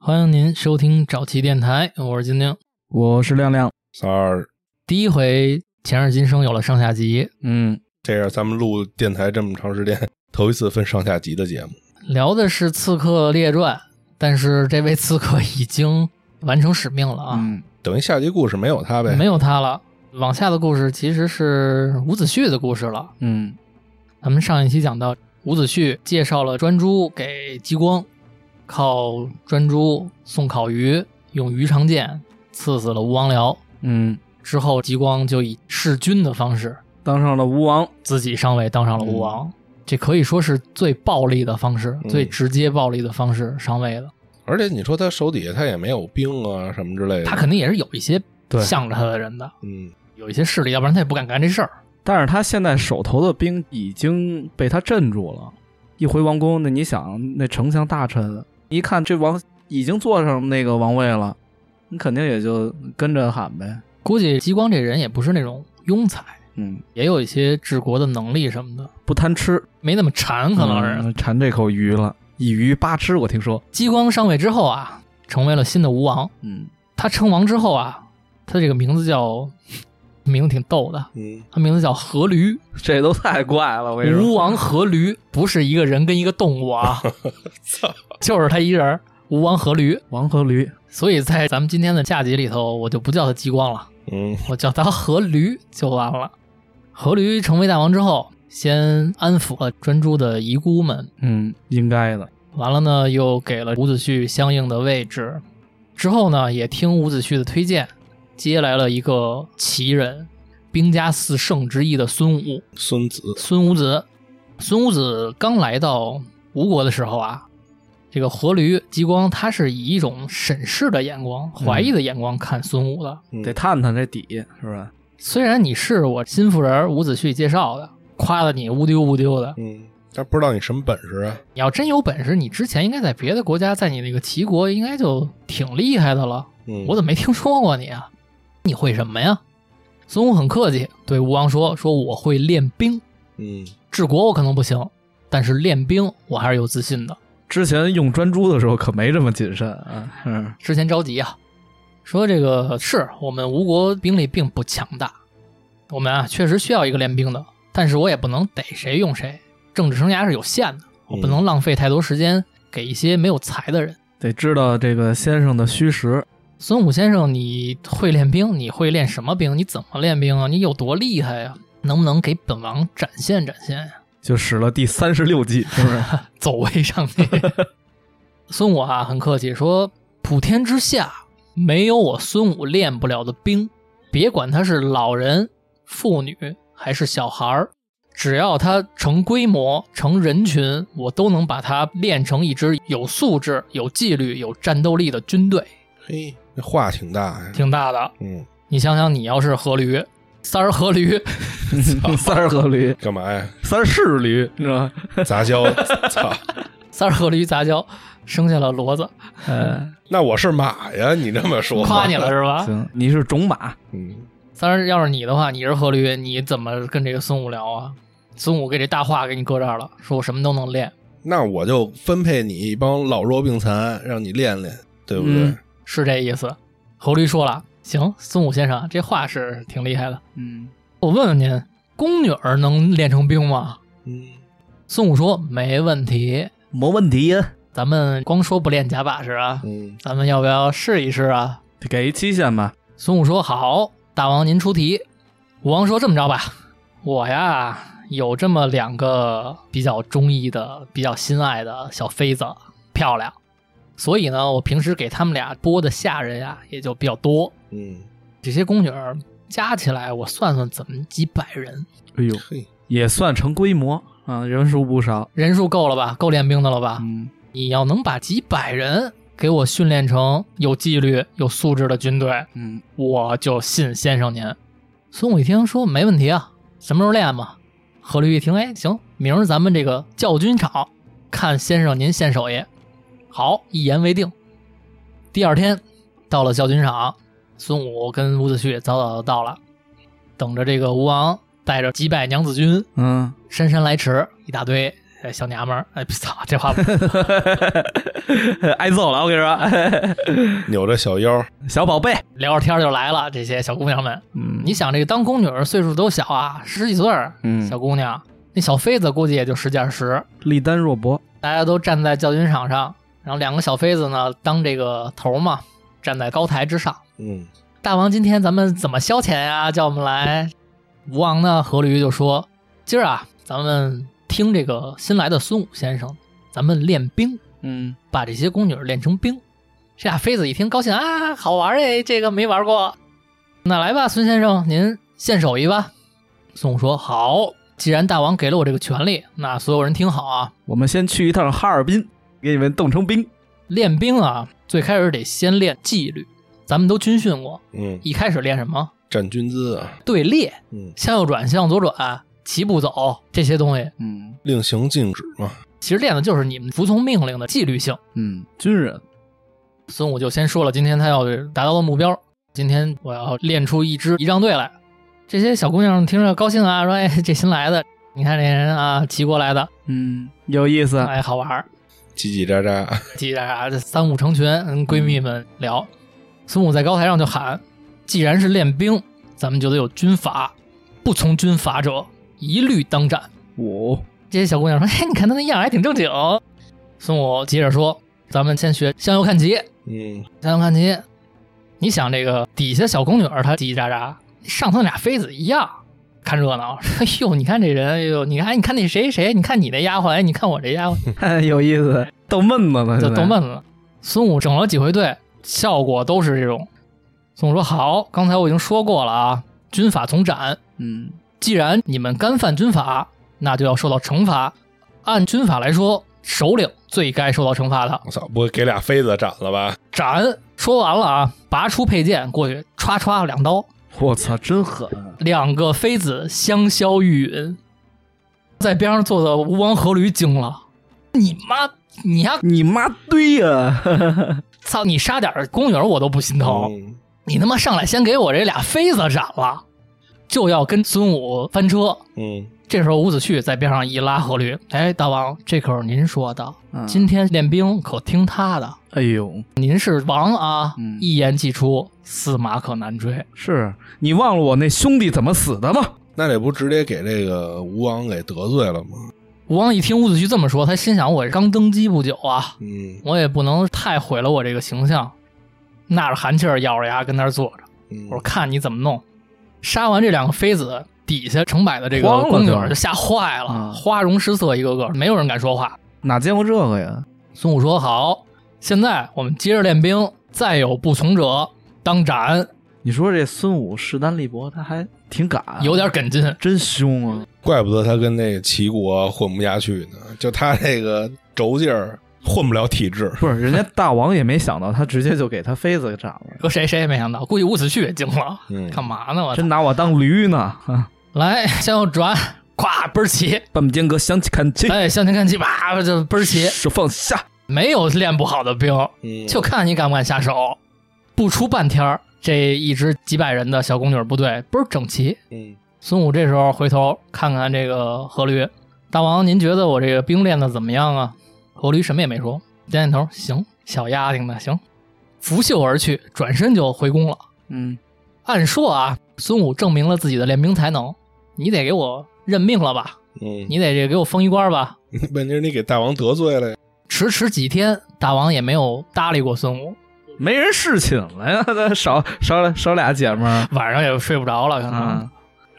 欢迎您收听找齐电台，我是金丁。我是亮亮，三儿，第一回《前世今生》有了上下集，嗯，这样咱们录电台这么长时间，头一次分上下集的节目，聊的是《刺客列传》，但是这位刺客已经完成使命了啊，嗯等于下集故事没有他呗？没有他了。往下的故事其实是伍子胥的故事了。嗯咱们上一期讲到，伍子胥介绍了专诸给姬光，靠专诸送烤鱼，用鱼肠剑刺死了吴王僚。嗯，之后，姬光就以弑君的方式当上了吴王，自己上位当上了吴王，这可以说是最暴力的方式，嗯最直接暴力的方式上位的。而且你说他手底下他也没有兵啊什么之类的，他肯定也是有一些对向着他的人的，嗯，有一些势力，要不然他也不敢干这事儿。但是他现在手头的兵已经被他镇住了。一回王宫，那你想，那丞相大臣一看这王已经坐上那个王位了，你肯定也就跟着喊呗。估计姬光这人也不是那种庸才，嗯，也有一些治国的能力什么的，不贪吃，没那么馋。可能是、嗯馋这口鱼了，以鱼八吃。我听说，姬光上位之后啊，成为了新的吴王。嗯他称王之后啊，他这个名字叫 名字挺逗的，嗯，他名字叫阖闾，这都太怪了，我跟你说，吴王阖闾不是一个人跟一个动物啊，就是他一人儿，吴王阖闾。王和驴，所以在咱们今天的下集里头，我就不叫他激光了，嗯我叫他阖闾就完了。阖闾成为大王之后，先安抚了专诸的遗孤们，嗯，应该的，完了呢，又给了伍子胥相应的位置，之后呢，也听伍子胥的推荐，接来了一个奇人，兵家四圣之一的孙武。孙子，孙武子，孙武子刚来到吴国的时候啊，这个阖闾姬光他是以一种审视的眼光、怀疑的眼光看孙武的。嗯得探探这底，是不是？虽然你是我新妇人伍子胥介绍的，夸的你乌丢乌丢的，嗯，他不知道你什么本事啊？你要真有本事，你之前应该在别的国家，在你那个齐国应该就挺厉害的了。嗯，我怎么没听说过你啊？你会什么呀？孙武很客气，对吴王说：“说我会练兵，嗯治国我可能不行，但是练兵我还是有自信的。”之前用专诸的时候可没这么谨慎啊，嗯之前着急啊，说这个是我们吴国兵力并不强大，我们啊确实需要一个练兵的，但是我也不能逮谁用谁，政治生涯是有限的，嗯我不能浪费太多时间给一些没有才的人。得知道这个先生的虚实。孙武先生，你会练兵？你会练什么兵？你怎么练兵啊？你有多厉害呀、能不能给本王展现展现呀、就使了第三十六计，是不是？走位上去。孙武啊，很客气说：“普天之下没有我孙武练不了的兵，别管他是老人、妇女还是小孩儿，只要他成规模、成人群，我都能把他练成一支有素质、有纪律、有战斗力的军队，嘿，这话挺大呀，挺大的。嗯，你想想，你要是阖闾，三儿阖闾， 三儿和驴，干嘛呀？三儿是驴，你知道吗？杂交，啊 操！三儿阖闾杂交，生下了骡子，呃，那我是马呀？你这么说，夸你了。是吧？啊行，你是种马，嗯，三儿，要是你的话，你是阖闾，你怎么跟这个孙武聊啊？孙武给这大话给你搁这儿了，说我什么都能练，那我就分配你一帮老弱病残，让你练练，对不对嗯？是这意思。阖闾说了，行，孙武先生，这话是挺厉害的。嗯，我问问您，宫女儿能练成兵吗？嗯，孙武说没问题，没问题呀，咱们光说不练假把式啊，嗯，咱们要不要试一试啊？给一期限吧。孙武说：“好，大王您出题。”武王说：“这么着吧，我呀有这么两个比较中意的、比较心爱的小妃子，漂亮，所以呢，我平时给他们俩拨的下人呀也就比较多。嗯，这些宫女儿加起来，我算算怎么几百人，哎呦，嘿，也算成规模啊，人数不少。人数够了吧？够练兵的了吧？嗯，你要能把几百人给我训练成有纪律、有素质的军队，嗯，我就信先生您。孙武一听说没问题啊，什么时候练嘛？阖闾一听，哎，行，明儿咱们这个教军场看先生您献手艺。好，一言为定。第二天到了教军场，孙武跟伍子胥也早早的到了，等着这个吴王带着几百娘子军嗯， 姗姗来迟，一大堆哎小娘们儿，哎， 操，这话不挨揍了，我跟你扭着小腰，说， 小宝贝，聊着天儿就来了。这些小姑娘们，嗯你想这个当宫女儿岁数都小啊，十几岁儿嗯小姑娘，那小妃子估计也就十几二十，力单若薄，大家都站在教军场上，然后两个小妃子呢当这个头儿嘛，站在高台之上。嗯，大王，今天咱们怎么消遣呀、叫我们来。吴王呢，阖闾就说：“今儿啊，咱们听这个新来的孙武先生，咱们练兵，嗯把这些宫女儿练成兵。”这俩妃子一听高兴啊，好玩哎，这个没玩过，那来吧，孙先生，您献手艺吧。孙武说：“好，既然大王给了我这个权利，那所有人听好啊，我们先去一趟哈尔滨，给你们冻成冰。练兵啊，最开始得先练纪律。咱们都军训过，嗯，一开始练什么？站军姿啊，队列。”嗯，向右转、向左转、齐步走这些东西，嗯令行禁止嘛，其实练的就是你们服从命令的纪律性。嗯，军人，孙武就先说了，今天他要达到的目标，今天我要练出一支仪仗队来。这些小姑娘听着高兴啊，说：“哎， 这新来的，你看这人啊，齐国来的，嗯，有意思。哎，好玩儿。叽叽喳喳，”记着啊，这三五成群，跟闺蜜们聊。孙武在高台上就喊：“既然是练兵，咱们就得有军法，不从军法者，一律当斩。”五、这些小姑娘说：“哎嘿，你看她那样儿还挺正经。”孙武接着说：“咱们先学向右看齐，嗯，向右看齐。你想这个底下小宫女儿她叽叽喳喳，上头那俩妃子一样看热闹。 说：‘哎呦，你看这人，哎呦，你看，哎你看那谁谁，你看你那丫鬟，哎，你看我这丫鬟， 有意思，逗闷子呢，就现在都。闷了。’孙武整了几回队，效果都是这种。孙武说：‘好，刚才我已经说过了啊，军法从斩，嗯既然你们干犯军法，那就要受到惩罚。按军法来说，首领最该受到惩罚的，我操，不会给俩妃子斩了吧？斩。说完了啊，拔出佩剑过去，歘歘两刀，我操，真狠！啊两个妃子香消玉殒。在边上坐的吴王阖闾惊了：“你妈，你呀，你妈堆啊呀、操！你杀点宫女儿我都不心疼，嗯你他妈上来先给我这俩妃子斩了，就要跟孙武翻车。”嗯，这时候伍子胥在边上一拉阖闾，哎，大王，这可是您说的，嗯今天练兵可听他的， 哎呦，您是王啊，嗯一言既出，驷马可难追。是你忘了我那兄弟怎么死的吗？那这不直接给这个吴王给得罪了吗？吴王一听伍子胥这么说，他心想：我刚登基不久啊，嗯我也不能太毁了我这个形象。纳着寒气儿，咬着牙跟那儿坐着，嗯我，说看你怎么弄。杀完这两个妃子，底下成百的这个慌了宫女就儿就吓坏了，啊花容失色，一个个，没有人敢说话。哪见过这个呀？孙武说：“好，现在我们接着练兵，再有不从者当斩。你说这孙武势单力薄，他还挺敢，啊有点梗劲，真凶啊！怪不得他跟那个齐国混不下去呢，就他这个轴劲儿混不了体制，不是，人家大王也没想到，他直接就给他妃子给斩了，搁谁谁也没想到，估计伍子胥也惊了，嗯，干嘛呢？我操真拿我当驴呢！啊来向右转，咵倍儿 齐，半边隔想起看齐，哎，向前看齐，啪就倍儿齐，手放下，没有练不好的兵，嗯，就看你敢不敢下手。不出半天儿，这一支几百人的小宫女部队倍儿整齐。嗯孙武这时候回头看看这个阖闾，大王，您觉得我这个兵练的怎么样啊？阖闾什么也没说，点点头，行，小丫挺的，行，拂袖而去，转身就回宫了。嗯，按说啊，孙武证明了自己的练兵才能，你得给我任命了吧？嗯，你得这给我封一官吧？问题是你给大王得罪了呀，迟迟几天，大王也没有搭理过孙武，没人侍寝了呀， 那少少俩少俩姐们儿晚上也睡不着了，可能。嗯啊，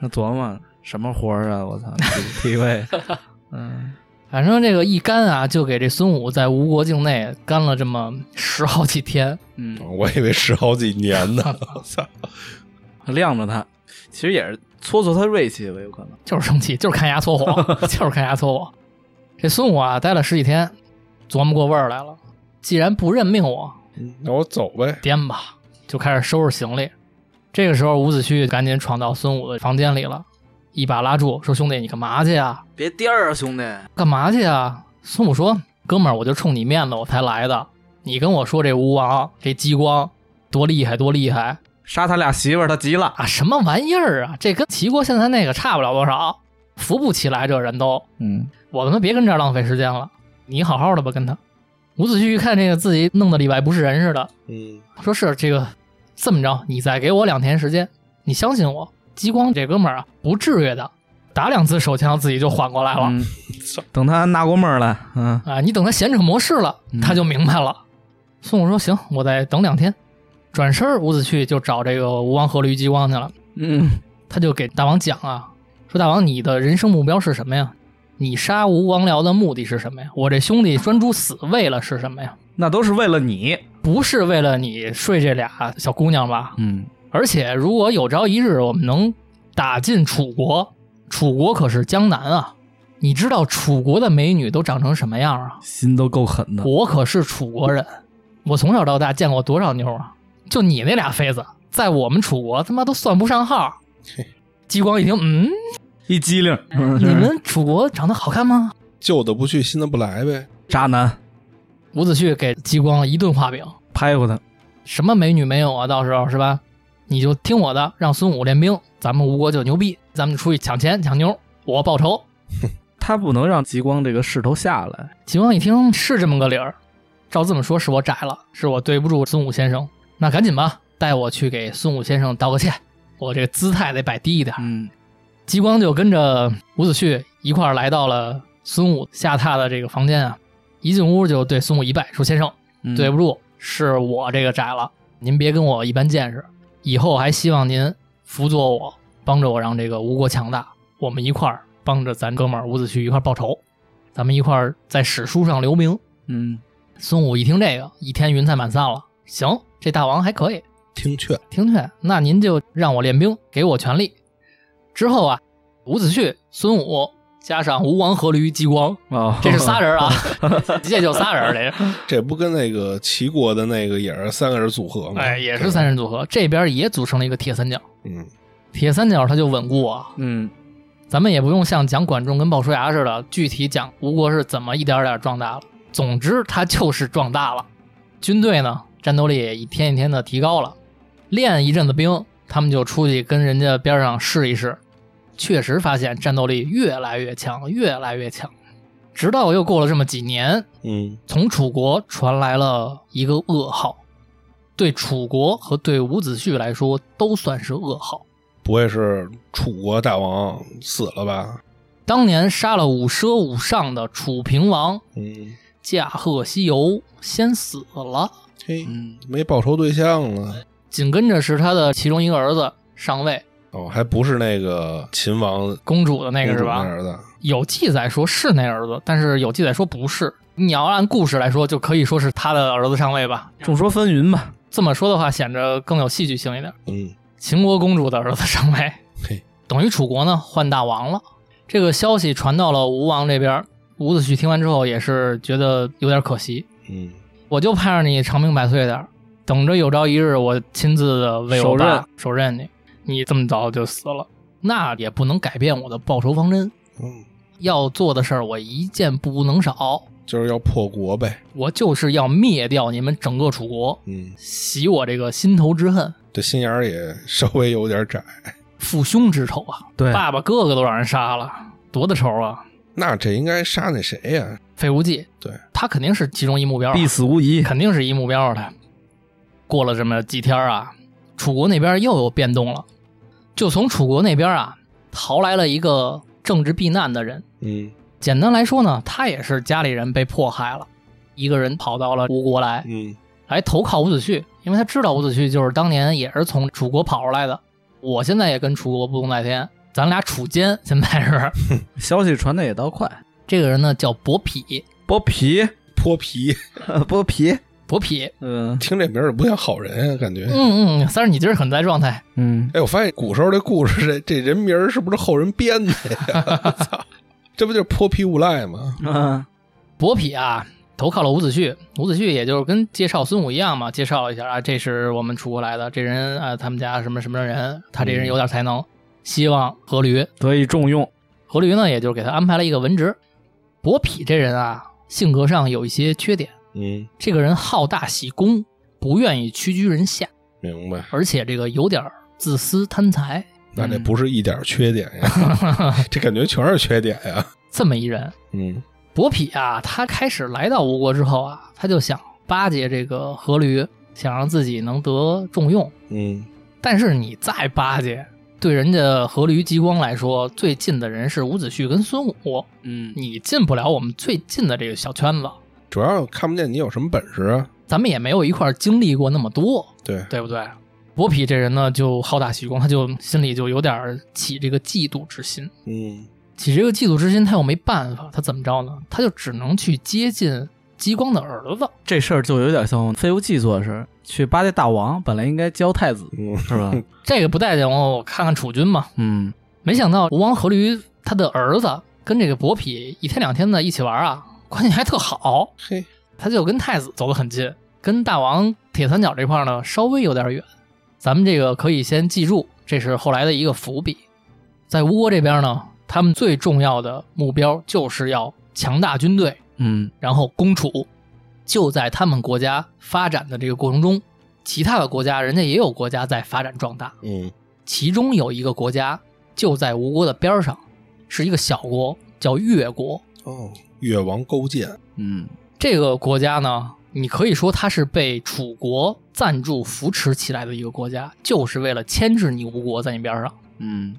那琢磨什么活儿啊？我操， 体体位，嗯，反正这个一干啊，就给这孙武在吴国境内干了这么十好几天。嗯，我以为十好几年 呢，我操，晾着他，其实也是搓搓他锐气吧，有可能。就是生气，就是看牙搓火， 就是看牙搓火。这孙武啊，待了十几天，琢磨过味儿来了。既然不任命我，嗯那我走呗，颠吧，就开始收拾行李。这个时候，伍子胥赶紧闯到孙武的房间里了，一把拉住，说：“兄弟，你干嘛去呀？别颠儿啊，兄弟！干嘛去呀？”孙武说：“哥们儿，我就冲你面子我才来的。你跟我说这吴王这姬光多厉害多厉害杀他俩媳妇儿，他急了。啊，什么玩意儿啊？这跟齐国现在那个差不了多少，扶不起来，这人都。嗯，我他妈别跟这儿浪费时间了，你好好的吧跟他。伍子胥一看这个自己弄得里外不是人似的，嗯说是这个这么着，你再给我两天时间，你相信我，激光这哥们儿啊不制约的，打两次手枪自己就缓过来了、嗯， 等他纳过闷儿来，嗯，啊！你等他闲着模式了，嗯他就明白了。孙武说行，我再等两天。转身儿伍子胥就找这个吴王阖闾激光去了，嗯，他就给大王讲啊，说大王你的人生目标是什么呀？你杀吴王僚的目的是什么呀？我这兄弟专诸死为了是什么呀？那都是为了你，不是为了你睡这俩小姑娘吧？嗯而且如果有朝一日我们能打进楚国，楚国可是江南啊！你知道楚国的美女都长成什么样啊？心都够狠的，我可是楚国人，我从小到大见过多少妞啊？就你那俩妃子，在我们楚国他妈都算不上号。激光一听，嗯，一机 灵，你们楚国长得好看吗？旧的不去，新的不来呗。渣男伍子胥给激光一顿画饼，拍过他，什么美女没有啊？到时候是吧？你就听我的，让孙武练兵，咱们吴国就牛逼，咱们出去抢钱抢妞，我报仇。他不能让极光这个势头下来，秦王一听是这么个理儿，照这么说，是我窄了，是我对不住孙武先生。那赶紧吧，带我去给孙武先生道个歉，我这个姿态得摆低一点。嗯，激光就跟着伍子胥一块儿来到了孙武下榻的这个房间啊，一进屋就对孙武一拜，说：“先生，嗯对不住，是我这个窄了，您别跟我一般见识，以后还希望您辅佐我，帮着我让这个吴国强大，我们一块儿帮着咱哥们儿伍子胥一块儿报仇，咱们一块儿在史书上留名。嗯，孙武一听这个，一天云彩满散了，行，这大王还可以，听劝，听劝，那您就让我练兵，给我权力。之后啊，伍子胥、孙武加上吴王阖闾、激光，哦，这是仨人啊， 这就仨人，这是。这不跟那个齐国的那个也是三个人组合吗？哎，也是三人组合，这边也组成了一个铁三角。嗯，铁三角它就稳固啊，嗯，咱们也不用像讲管仲跟鲍叔牙似的，具体讲吴国是怎么一点点壮大了。总之，它就是壮大了。军队呢，战斗力也一天一天的提高了。练一阵子兵，他们就出去跟人家边上试一试，确实发现战斗力越来越强，越来越强。直到又过了这么几年，嗯，从楚国传来了一个噩耗，对楚国和对伍子胥来说都算是噩耗。不会是楚国大王死了吧？当年杀了五奢五上的楚平王嗯，驾鹤西游先死了，嘿，嗯没报仇对象了。紧跟着是他的其中一个儿子上位，哦，还不是那个秦王公主的那个公是主那吧？儿子，有记载说是那儿子，但是有记载说不是。你要按故事来说，就可以说是他的儿子上位吧。众说纷纭吧，这么说的话，显着更有戏剧性一点。嗯，秦国公主的儿子上位嘿，等于楚国呢换大王了。这个消息传到了吴王这边，伍子胥听完之后也是觉得有点可惜。嗯，我就盼着你长命百岁点儿，等着有朝一日我亲自的为我爸手刃你。你这么早就死了，那也不能改变我的报仇方针。嗯，要做的事儿我一件不能少，就是要破国呗。我就是要灭掉你们整个楚国，嗯，洗我这个心头之恨，这心眼儿也稍微有点窄。父兄之仇啊！对，爸爸哥哥都让人杀了，多大仇啊！那这应该杀那谁呀？费无忌，对他肯定是其中一目标啊、必死无疑，肯定是一目标的。过了这么几天啊，楚国那边又有变动了，就从楚国那边啊逃来了一个政治避难的人。嗯简单来说呢，他也是家里人被迫害了，一个人跑到了吴国来，嗯来投靠伍子胥，因为他知道伍子胥就是当年也是从楚国跑出来的。我现在也跟楚国不共戴天，咱俩楚奸现在是。消息传的也倒快，这个人呢叫伯匹，剥皮，呃泼皮，剥皮，伯匹，嗯听这名儿也不像好人啊，感觉。嗯嗯，三儿你今儿很在状态，嗯， 哎，我发现古时候这故事，这这人名儿是不是后人编的呀？ 我操，这不就是泼皮无赖吗？嗯伯匹啊投靠了伍子胥，伍子胥也就是跟介绍孙武一样嘛，介绍一下啊，这是我们楚国来的，这人啊，他们家什么什么人，他这人有点才能，希望阖闾，得以重用，阖闾呢也就是给他安排了一个文职。伯匹这人啊，性格上有一些缺点，嗯，这个人好大喜功，不愿意屈居人下，明白。而且这个有点自私贪财。那这不是一点缺点呀，这感觉全是缺点呀。这么一人。嗯伯嚭啊，他开始来到吴国之后啊，他就想巴结这个阖闾，想让自己能得重用。嗯但是你再巴结，对人家阖闾极光来说，最近的人是伍子胥跟孙武，嗯你进不了我们最近的这个小圈子，主要看不见你有什么本事啊。咱们也没有一块儿经历过那么多，对，对不对？伯嚭这人呢，就好大喜功，他就心里就有点儿起这个嫉妒之心。嗯起这个嫉妒之心，他又没办法，他怎么着呢？他就只能去接近极光的儿子。这事儿就有点像《飞游记》做的是，去巴结大王，本来应该教太子，嗯是 吧？这个不待见我，我看看楚军嘛。嗯，没想到吴王阖闾他的儿子跟这个伯嚭一天两天的一起玩啊，关系还特好。嘿，他就跟太子走得很近，跟大王铁三角这块呢稍微有点远。咱们这个可以先记住，这是后来的一个伏笔。在吴国这边呢，他们最重要的目标就是要强大军队，嗯然后攻楚。就在他们国家发展的这个过程中，其他的国家人家也有国家在发展壮大，嗯其中有一个国家就在吴国的边儿上，是一个小国，叫越国。哦，越王勾践，嗯这个国家呢，你可以说它是被楚国赞助扶持起来的一个国家，就是为了牵制你吴国在你边儿上。嗯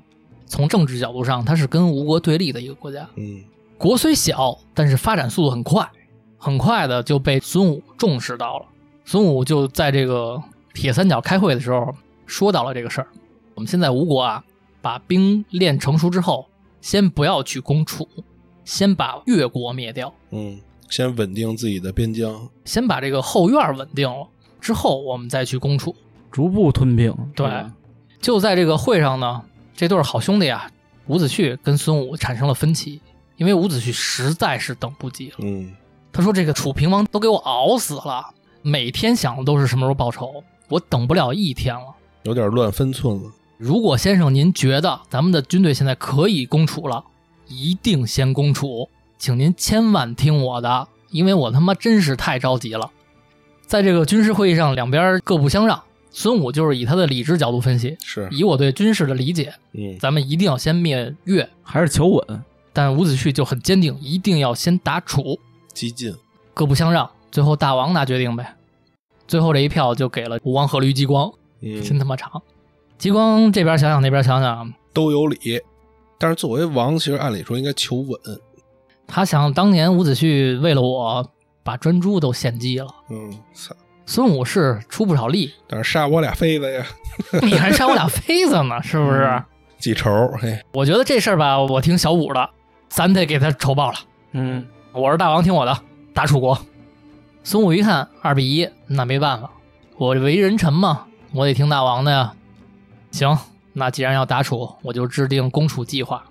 从政治角度上，它是跟吴国对立的一个国家。嗯国虽小，但是发展速度很快，很快的就被孙武重视到了。孙武就在这个铁三角开会的时候说到了这个事儿。我们现在吴国啊，把兵练成熟之后，先不要去攻楚，先把越国灭掉，嗯，先稳定自己的边疆。先把这个后院稳定了，之后我们再去攻楚。逐步吞并，对是吧就在这个会上呢，这对好兄弟啊，伍子胥跟孙武产生了分歧，因为伍子胥实在是等不及了。嗯他说：“这个楚平王都给我熬死了，每天想的都是什么时候报仇，我等不了一天了。有点乱分寸了。如果先生您觉得咱们的军队现在可以攻楚了，一定先攻楚，请您千万听我的，因为我他妈真是太着急了。”在这个军事会议上，两边各不相让。孙武就是以他的理智角度分析，是，以我对军事的理解，嗯咱们一定要先灭越，还是求稳，但伍子胥就很坚定，一定要先打楚。激进。各不相让，最后大王拿决定呗。最后这一票就给了吴王阖闾激光，真嗯，他妈长！激光这边想想，那边想想，都有理。但是作为王，其实按理说应该求稳。他想当年伍子胥为了我把专诸都献祭了，嗯，操！孙武是出不少力，但是杀我俩妃子呀，你还杀我俩 妃子呢，是不是嗯？记仇。嘿，我觉得这事儿吧，我听小五的，咱得给他仇报了。嗯我是大王，听我的，打楚国。孙武一看二比一，那没办法，我为人臣嘛，我得听大王的呀。行，那既然要打楚，我就制定攻楚计划。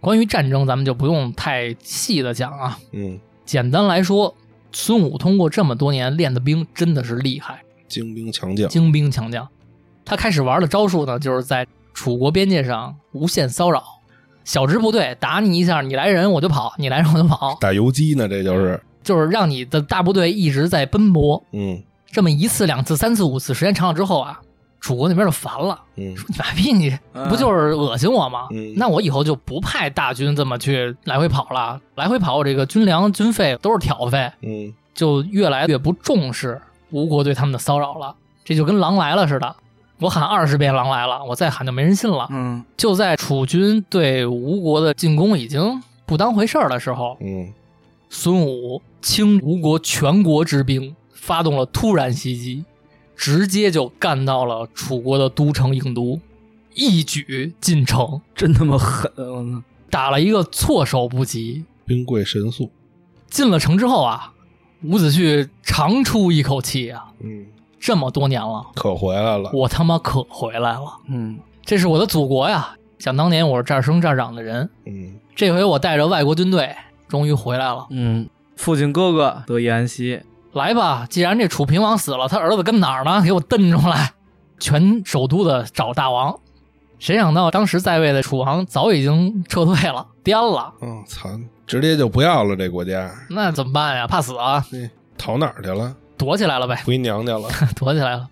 关于战争，咱们就不用太细的讲啊。嗯，简单来说，孙武通过这么多年练的兵真的是厉害，精兵强将。精兵强将。他开始玩的招数呢，就是在楚国边界上无限骚扰，小支部队打你一下，你来人我就跑，你来人我就跑，打游击呢，这就是。就是让你的大部队一直在奔波，嗯这么一次、两次、三次、五次，时间长了之后啊，楚国那边就烦了，嗯说你妈逼，你嗯不就是恶心我吗？嗯那我以后就不派大军这么去来回跑了，来回跑，我这个军粮、军费都是挑费，嗯就越来越不重视吴国对他们的骚扰了。这就跟狼来了似的，我喊二十遍狼来了，我再喊就没人信了。嗯就在楚军对吴国的进攻已经不当回事儿的时候，嗯孙武倾吴国全国之兵，发动了突然袭击，直接就干到了楚国的都城郢都，一举进城，真他妈狠，啊我操！打了一个措手不及。兵贵神速。进了城之后啊，伍子胥长出一口气啊，嗯，这么多年了，可回来了。我他妈可回来了，嗯这是我的祖国呀！想当年我是这儿生这儿长的人，嗯这回我带着外国军队终于回来了。嗯，父亲哥哥得以安息，来吧，既然这楚平王死了，他儿子跟哪儿呢？给我瞪出来！全首都的找大王。谁想到当时在位的楚王早已经撤退了，颠了，嗯，操！直接就不要了，这国家那怎么办呀？怕死啊，逃哪儿去了？躲起来了呗， 回娘家了。躲起来了。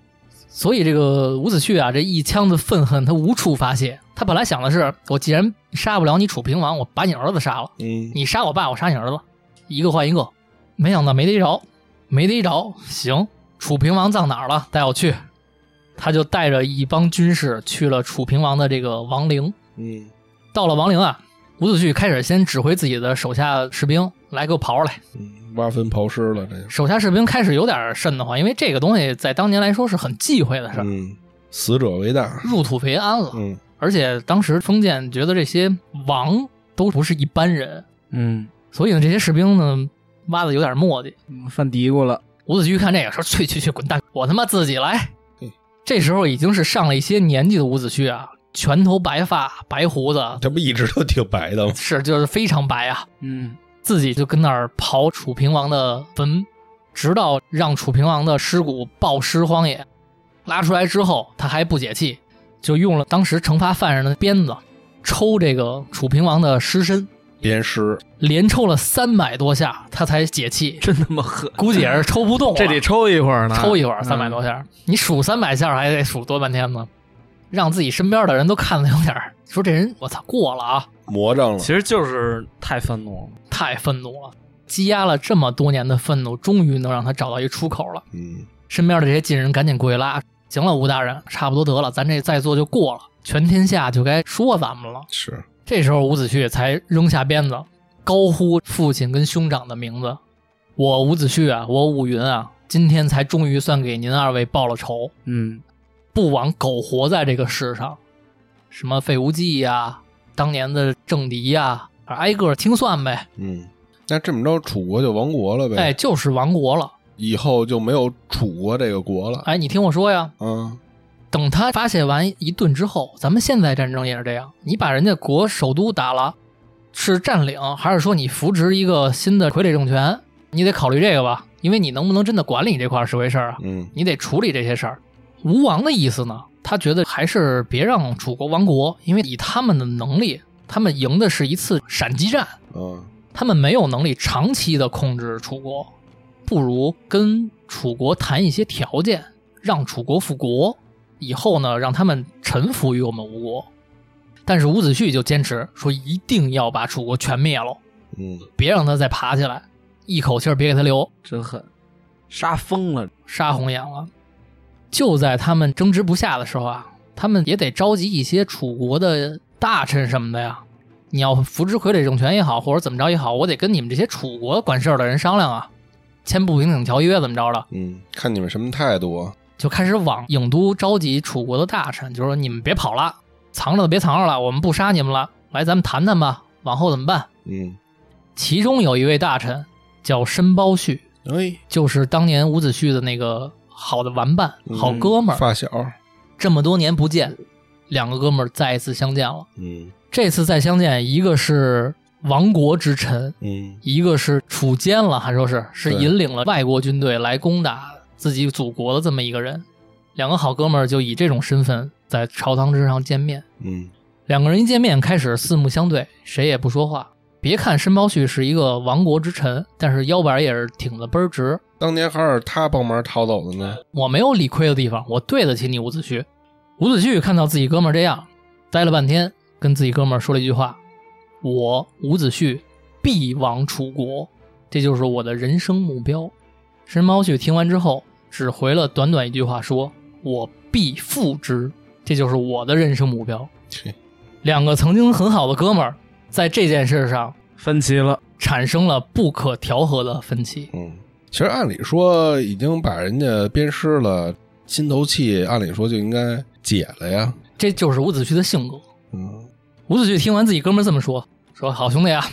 所以这个伍子胥啊，这一腔的愤恨他无处发泄。他本来想的是，我既然杀不了你楚平王，我把你儿子杀了，嗯，你杀我爸，我杀你儿子，一个换一个。没想到没逮着，没逮着，行，楚平王葬哪儿了？带我去。他就带着一帮军士去了楚平王的这个王陵。嗯，到了王陵啊，伍子胥开始先指挥自己的手下士兵来给我刨出来。嗯，挖坟刨尸了，这就是手下士兵开始有点瘆得慌，因为这个东西在当年来说是很忌讳的事儿，嗯，死者为大，入土为安了。嗯而且当时封建觉得这些王都不是一般人，嗯，所以呢，这些士兵呢挖的有点磨叽。犯嘀咕了，伍子胥看这个说：“去去去，滚蛋！我他妈自己来嗯。”这时候已经是上了一些年纪的伍子胥啊，全头白发、白胡子，这不一直都挺白的吗？是就是非常白啊，嗯，自己就跟那儿刨楚平王的坟，直到让楚平王的尸骨暴尸荒野。拉出来之后，他还不解气，就用了当时惩罚犯人的鞭子抽这个楚平王的尸身，鞭尸，连抽了三百多下，他才解气，真他妈狠，估计也是抽不动了。 这得抽一会儿呢，抽一会儿，三百多嗯，下儿，你数三百下儿还得数多半天呢，让自己身边的人都看的有点儿说这人我操过了啊，魔怔了其，实就是太愤怒了，太愤怒了，积压了这么多年的愤怒，终于能让他找到一出口了。嗯，身边的这些近人赶紧过去拉，行了，吴大人，差不多得了，咱这再做就过了，全天下就该说咱们了。是，这时候，伍子胥才扔下鞭子，高呼父亲跟兄长的名字。我伍子胥啊，我伍云啊，今天才终于算给您二位报了仇，嗯，不枉苟活在这个世上。什么费无忌呀、当年的政敌呀、挨个清算呗。嗯，那这么着，楚国就亡国了呗？哎，就是亡国了。以后就没有楚国这个国了。哎，你听我说呀，嗯，等他发泄完一顿之后，咱们现在战争也是这样，你把人家国首都打了，是占领还是说你扶植一个新的傀儡政权？你得考虑这个吧，因为你能不能真的管理这块儿是回事儿啊，嗯，你得处理这些事儿。吴王的意思呢，他觉得还是别让楚国亡国，因为以他们的能力，他们赢的是一次闪击战，嗯，他们没有能力长期的控制楚国，不如跟楚国谈一些条件，让楚国复国，以后呢让他们臣服于我们吴国。但是伍子胥就坚持说，一定要把楚国全灭了，嗯，别让他再爬起来，一口气儿别给他留，真狠，杀疯了，杀红眼了。就在他们争执不下的时候啊，他们也得召集一些楚国的大臣什么的呀。你要扶植傀儡政权也好，或者怎么着也好，我得跟你们这些楚国管事儿的人商量啊，签不平等条约怎么着的，嗯，看你们什么态度啊？就开始往郢都召集楚国的大臣，就说你们别跑了，藏着的别藏着了，我们不杀你们了，来咱们谈谈吧，往后怎么办？嗯，其中有一位大臣叫申包胥，哎，就是当年伍子胥的那个好的玩伴、好哥们儿、嗯发小，这么多年不见，两个哥们儿再一次相见了。嗯这次再相见，一个是亡国之臣，嗯一个是楚奸了，还说是是对引领了外国军队来攻打自己祖国的这么一个人。两个好哥们儿就以这种身份在朝堂之上见面。嗯两个人一见面，开始四目相对，谁也不说话。别看申包胥是一个亡国之臣，但是腰板也是挺得倍儿直。当年还是他帮忙逃走的呢。我没有理亏的地方，我对得起你伍子胥。伍子胥看到自己哥们儿这样，待了半天，跟自己哥们儿说了一句话：“我伍子胥必亡楚国，这就是我的人生目标。”申包胥听完之后，只回了短短一句话说：“我必复之，这就是我的人生目标。切”两个曾经很好的哥们儿，在这件事上分歧了，产生了不可调和的分歧。 嗯，其实按理说已经把人家鞭尸了，心头气按理说就应该解了呀。这就是伍子胥的性格。嗯伍子胥听完自己哥们儿这么说，说：“好兄弟啊，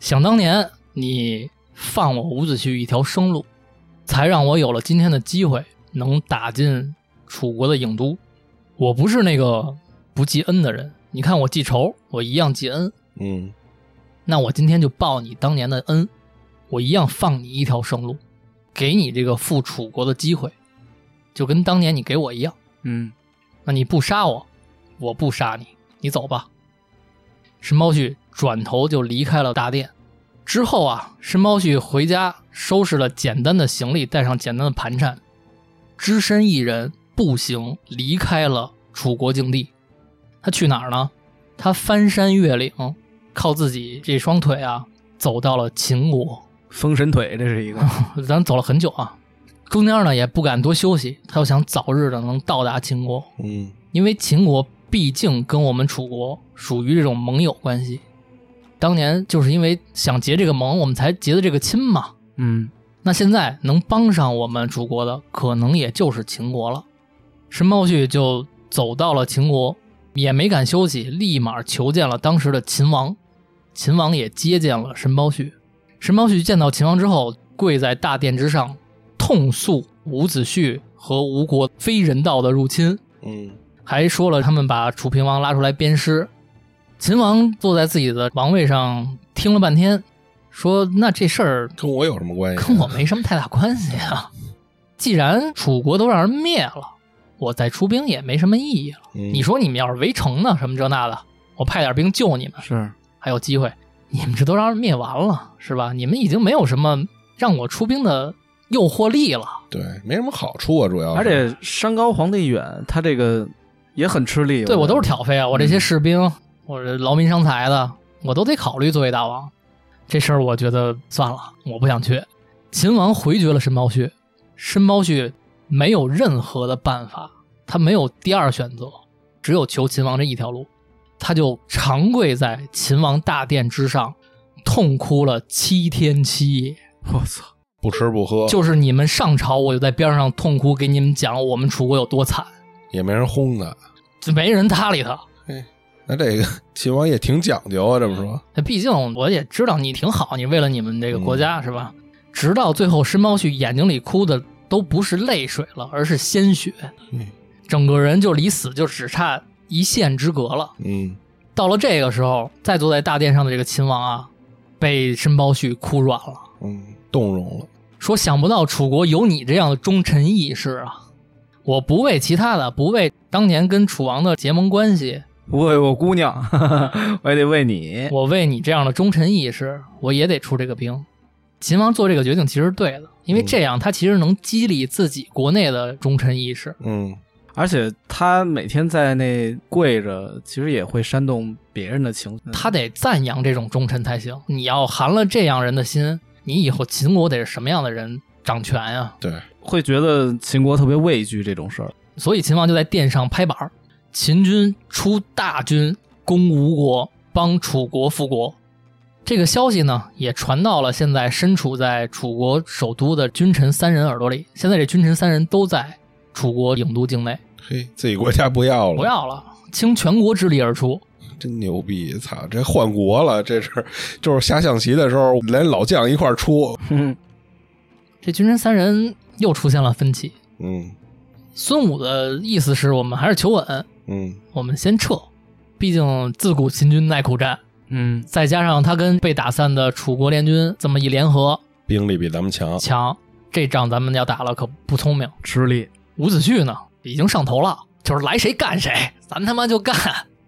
想当年你放我伍子胥一条生路，才让我有了今天的机会，能打进楚国的郢都。我不是那个不记恩的人，你看我记仇，我一样记恩。嗯那我今天就报你当年的恩，我一样放你一条生路，给你这个复楚国的机会，就跟当年你给我一样。”嗯，那你不杀我，我不杀你，你走吧。申包胥转头就离开了大殿。之后啊，申包胥回家收拾了简单的行李，带上简单的盘缠，只身一人步行离开了楚国境地。他去哪儿呢？他翻山越岭，靠自己这双腿啊，走到了秦国。封神腿，这 是一个咱走了很久啊，中间呢也不敢多休息，他就想早日的能到达秦国，嗯，因为秦国毕竟跟我们楚国属于这种盟友关系。当年就是因为想结这个盟，我们才结的这个亲嘛。嗯那现在能帮上我们楚国的，可能也就是秦国了。申包胥就走到了秦国，也没敢休息，立马求见了当时的秦王。秦王也接见了申包胥。申包胥见到秦王之后，跪在大殿之上，痛诉伍子胥和吴国非人道的入侵，嗯还说了他们把楚平王拉出来鞭尸。秦王坐在自己的王位上，听了半天，说：“那这事儿跟我有什么关系？啊跟我没什么太大关系啊。既然楚国都让人灭了，我再出兵也没什么意义了。嗯你说你们要是围城呢，什么这那的，我派点兵救你们是还有机会。你们这都让人灭完了，是吧？你们已经没有什么让我出兵的诱惑力了。对，没什么好处啊，主要是而且山高皇帝远，他这个也很吃力。对我都是觉得挑费啊，我这些士兵，我这劳民伤财的，我都得考虑作为大王。这事儿我觉得算了，我不想去。秦王回绝了申包胥，申包胥没有任何的办法，他没有第二选择，只有求秦王这一条路。他就长跪在秦王大殿之上，痛哭了七天七夜。我 操，不吃不喝，就是你们上朝，我就在边上痛哭，给你们讲我们楚国有多惨，也没人轰他。就没人搭理他。那这个 秦王也挺讲究啊，这么说，那毕竟我也知道你挺好，你为了你们这个国家、是吧？直到最后，申包胥眼睛里哭的都不是泪水了，而是鲜血，嗯整个人就离死就只差一线之隔了。嗯，到了这个时候，再坐在大殿上的这个秦王啊，被申包胥哭软了，嗯，动容了，说想不到楚国有你这样的忠臣义士啊！我不为其他的，不为当年跟楚王的结盟关系，为我姑娘， 我也得为你。我为你这样的忠臣义士，我也得出这个兵。秦王做这个决定其实是对的，因为这样他其实能激励自己国内的忠臣义士。嗯而且他每天在那跪着，其实也会煽动别人的情绪。他得赞扬这种忠臣才行。你要寒了这样人的心，你以后秦国得是什么样的人掌权啊呀、对，会觉得秦国特别畏惧这种事 儿。所以秦王就在殿上拍板儿：秦军出大军攻吴国，帮楚国复国。这个消息呢，也传到了现在身处在楚国首都的君臣三人耳朵里。现在这君臣三人都在楚国郢都境内，嘿，自己国家不要了，不要了，倾全国之力而出。真牛逼！操，这换国了，这是就是下象棋的时候，连老将一块儿出。嗯，这君臣三人又出现了分歧。嗯孙武的意思是我们还是求稳，嗯我们先撤，毕竟自古秦军耐苦战。嗯，再加上他跟被打散的楚国联军这么一联合，兵力比咱们强。强，这仗咱们要打了可不聪明。吃力。伍子胥呢，已经上头了，就是来谁干谁，咱他妈就干。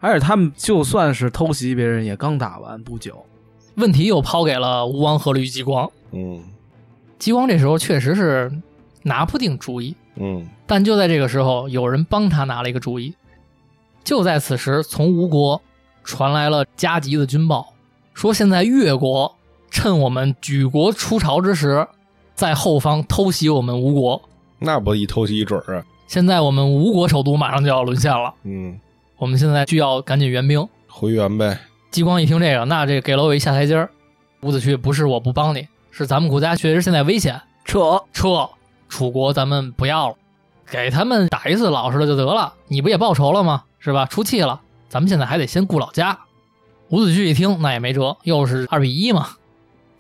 而且他们就算是偷袭别人，也刚打完不久。问题又抛给了吴王阖闾姬光，嗯姬光这时候确实是拿不定主意，嗯但就在这个时候，有人帮他拿了一个主意。就在此时，从吴国传来了加急的军报，说现在越国趁我们举国出朝之时，在后方偷袭我们吴国。那不一偷袭一准儿啊。现在我们吴国首都马上就要沦陷了，嗯，我们现在需要赶紧援兵。回援呗。激光一听这个，那这给了我一下台阶儿。伍子胥不是我不帮你，是咱们国家确实现在危险，撤，撤楚国咱们不要了，给他们打一次老实的就得了。你不也报仇了吗？是吧？出气了，咱们现在还得先顾老家。伍子胥一听，那也没辙，又是二比一嘛，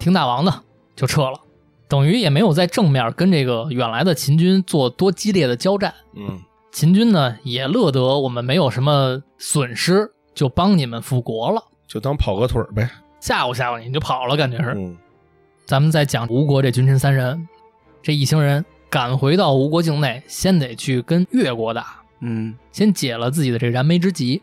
听大王的就撤了，等于也没有在正面跟这个远来的秦军做多激烈的交战。嗯秦军呢也乐得我们没有什么损失，就帮你们复国了，就当跑个腿儿呗。吓唬吓唬你就跑了，感觉是。嗯咱们再讲吴国这君臣三人，这一行人赶回到吴国境内，先得去跟越国打，嗯，先解了自己的这燃眉之急。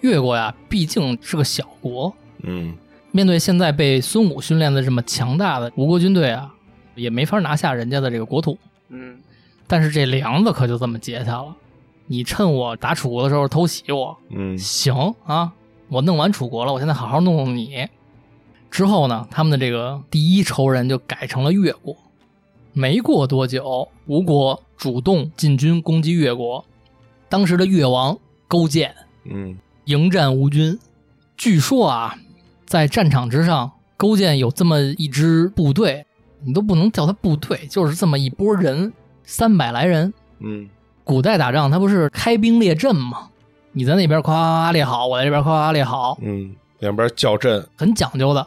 越国呀，毕竟是个小国，嗯面对现在被孙武训练的这么强大的吴国军队啊，也没法拿下人家的这个国土。嗯，但是这梁子可就这么结下了。你趁我打楚国的时候偷袭我，嗯行啊，我弄完楚国了，我现在好好弄弄你。之后呢，他们的这个第一仇人就改成了越国。没过多久，吴国主动进军攻击越国，当时的越王勾践嗯迎战吴军。据说啊，在战场之上，勾践有这么一支部队，你都不能叫他部队，就是这么一波人，三百来人。嗯古代打仗，他不是开兵列阵吗？你在那边夸夸夸列好，我在这边夸夸夸列好，嗯，两边较阵，很讲究的。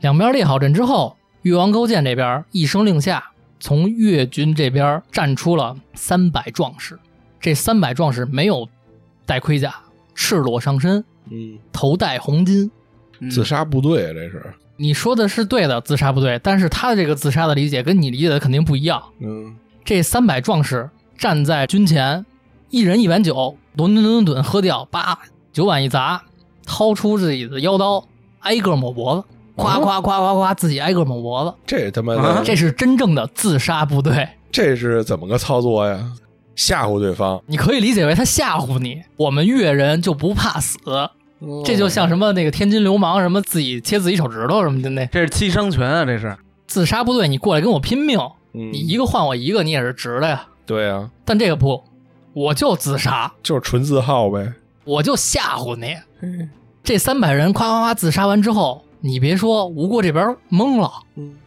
两边列好阵之后，越王勾践这边一声令下，从越军这边站出了三百壮士。这三百壮士没有带盔甲，赤裸上身，嗯，头戴红巾。嗯自杀部队啊这是，你说的是对的，自杀不对，但是他的这个自杀的理解跟你理解的肯定不一样。嗯这三百壮士站在军前，一人一碗酒，吨吨吨吨喝掉，叭，酒碗一砸，掏出自己的腰刀，挨个抹脖子，夸夸夸夸夸，自己挨个抹脖子。这他妈啊的，这是真正的自杀部队，这是怎么个操作呀？吓唬对方，你可以理解为他吓唬你。我们越人就不怕死，这就像什么那个天津流氓什么自己切自己手指头什么的那这是七伤拳啊，这是自杀部队，你过来跟我拼命，嗯你一个换我一个，你也是值的呀。对啊，但这个不，我就自杀，就是纯自耗呗，我就吓唬你。这三百人夸夸夸自杀完之后，你别说，吴国这边懵了，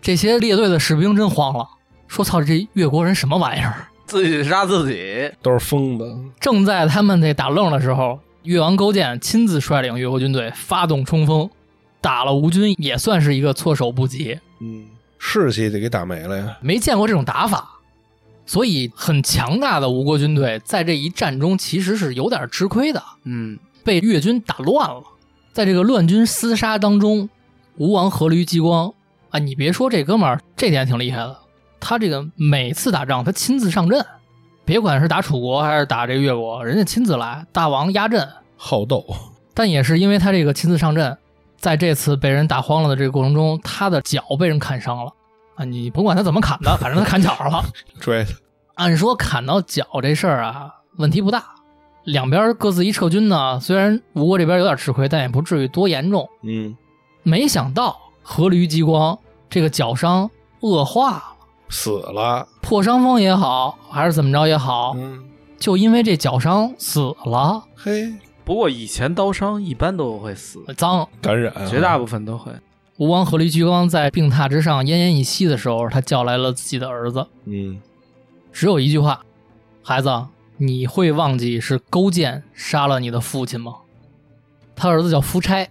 这些列队的士兵真慌了，说：“操，这越国人什么玩意儿自己杀自己，都是疯子，？”正在他们这打愣的时候，越王勾践亲自率领越国军队发动冲锋，打了吴军，也算是一个措手不及，嗯，士气得给打没了呀，没见过这种打法。所以，很强大的吴国军队在这一战中其实是有点吃亏的。嗯，被越军打乱了。在这个乱军厮杀当中，吴王阖闾激光啊，你别说这哥们儿这点挺厉害的，他这个每次打仗他亲自上阵，别管是打楚国还是打这越国，人家亲自来，大王压阵。好斗， 但也是因为他这个亲自上阵，在这次被人打慌了的这个过程中，他的脚被人砍伤了啊！你甭管他怎么砍的，反正他砍脚上了。追他，按说砍到脚这事儿啊，问题不大。两边各自一撤军呢，虽然吴国这边有点吃亏，但也不至于多严重。嗯，没想到阖闾激光这个脚伤恶化了，死了，破伤风也好，还是怎么着也好，嗯，就因为这脚伤死了，嘿，不过以前刀伤一般都会死，脏。感染啊，绝大部分都会。吴王阖闾激光在病榻之上奄奄一息的时候，他叫来了自己的儿子，嗯，只有一句话：“孩子，你会忘记是勾践杀了你的父亲吗？”他儿子叫夫差，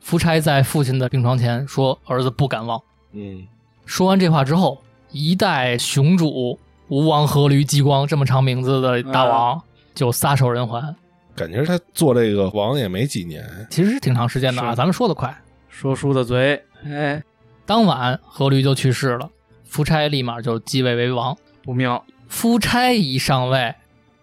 夫差在父亲的病床前说：“儿子不敢忘。嗯，”说完这话之后，一代雄主吴王阖闾激光这么长名字的大王、就撒手人寰。感觉他做这个王也没几年，其实挺长时间的啊，是咱们说的快。说书的嘴，哎，当晚阖闾就去世了，夫差立马就继位为王。不妙，夫差一上位，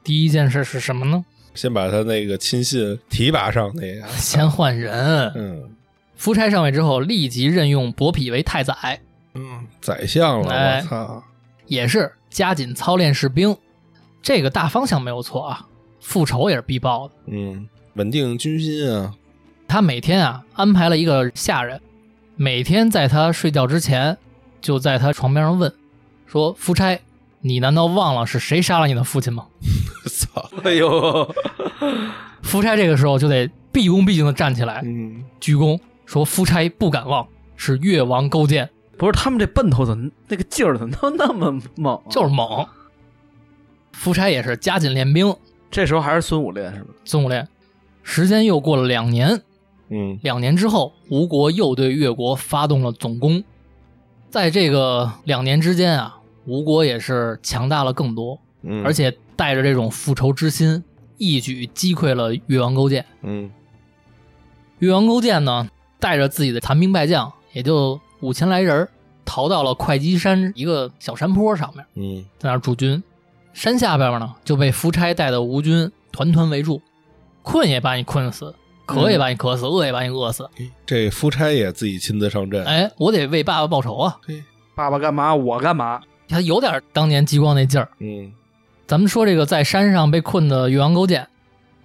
第一件事是什么呢？先把他那个亲信提拔上去 呀，先换人。嗯夫差上位之后，立即任用伯嚭为太宰，嗯，宰相了，哎我操，也是加紧操练士兵。这个大方向没有错啊，复仇也是必报的。嗯，稳定军心啊，他每天啊安排了一个下人，每天在他睡觉之前，就在他床边上问，说：“夫差，你难道忘了是谁杀了你的父亲吗操，哎呦，？”夫差这个时候就得毕恭毕敬的站起来，嗯，鞠躬说：“夫差不敢忘，是越王勾践，不是他们这奔头怎么那个劲儿怎么都那么猛、啊？就是猛。”夫差也是加紧练兵，这时候还是孙武练是吧？孙武烈。时间又过了两年，嗯，两年之后，吴国又对越国发动了总攻。在这个两年之间啊，吴国也是强大了更多，嗯，而，且带着这种复仇之心，一举击溃了越王勾践。嗯越王勾践呢，带着自己的残兵败将，也就五千来人儿，逃到了会稽山一个小山坡上面，嗯在那儿驻军。山下边呢，就被夫差带的吴军团团围住，困也把你困死，渴也把你渴死，饿也把你饿死。这夫差也自己亲自上阵，哎，我得为爸爸报仇啊！爸爸干嘛我干嘛？他有点当年激光那劲儿。嗯，咱们说这个在山上被困的越王勾践，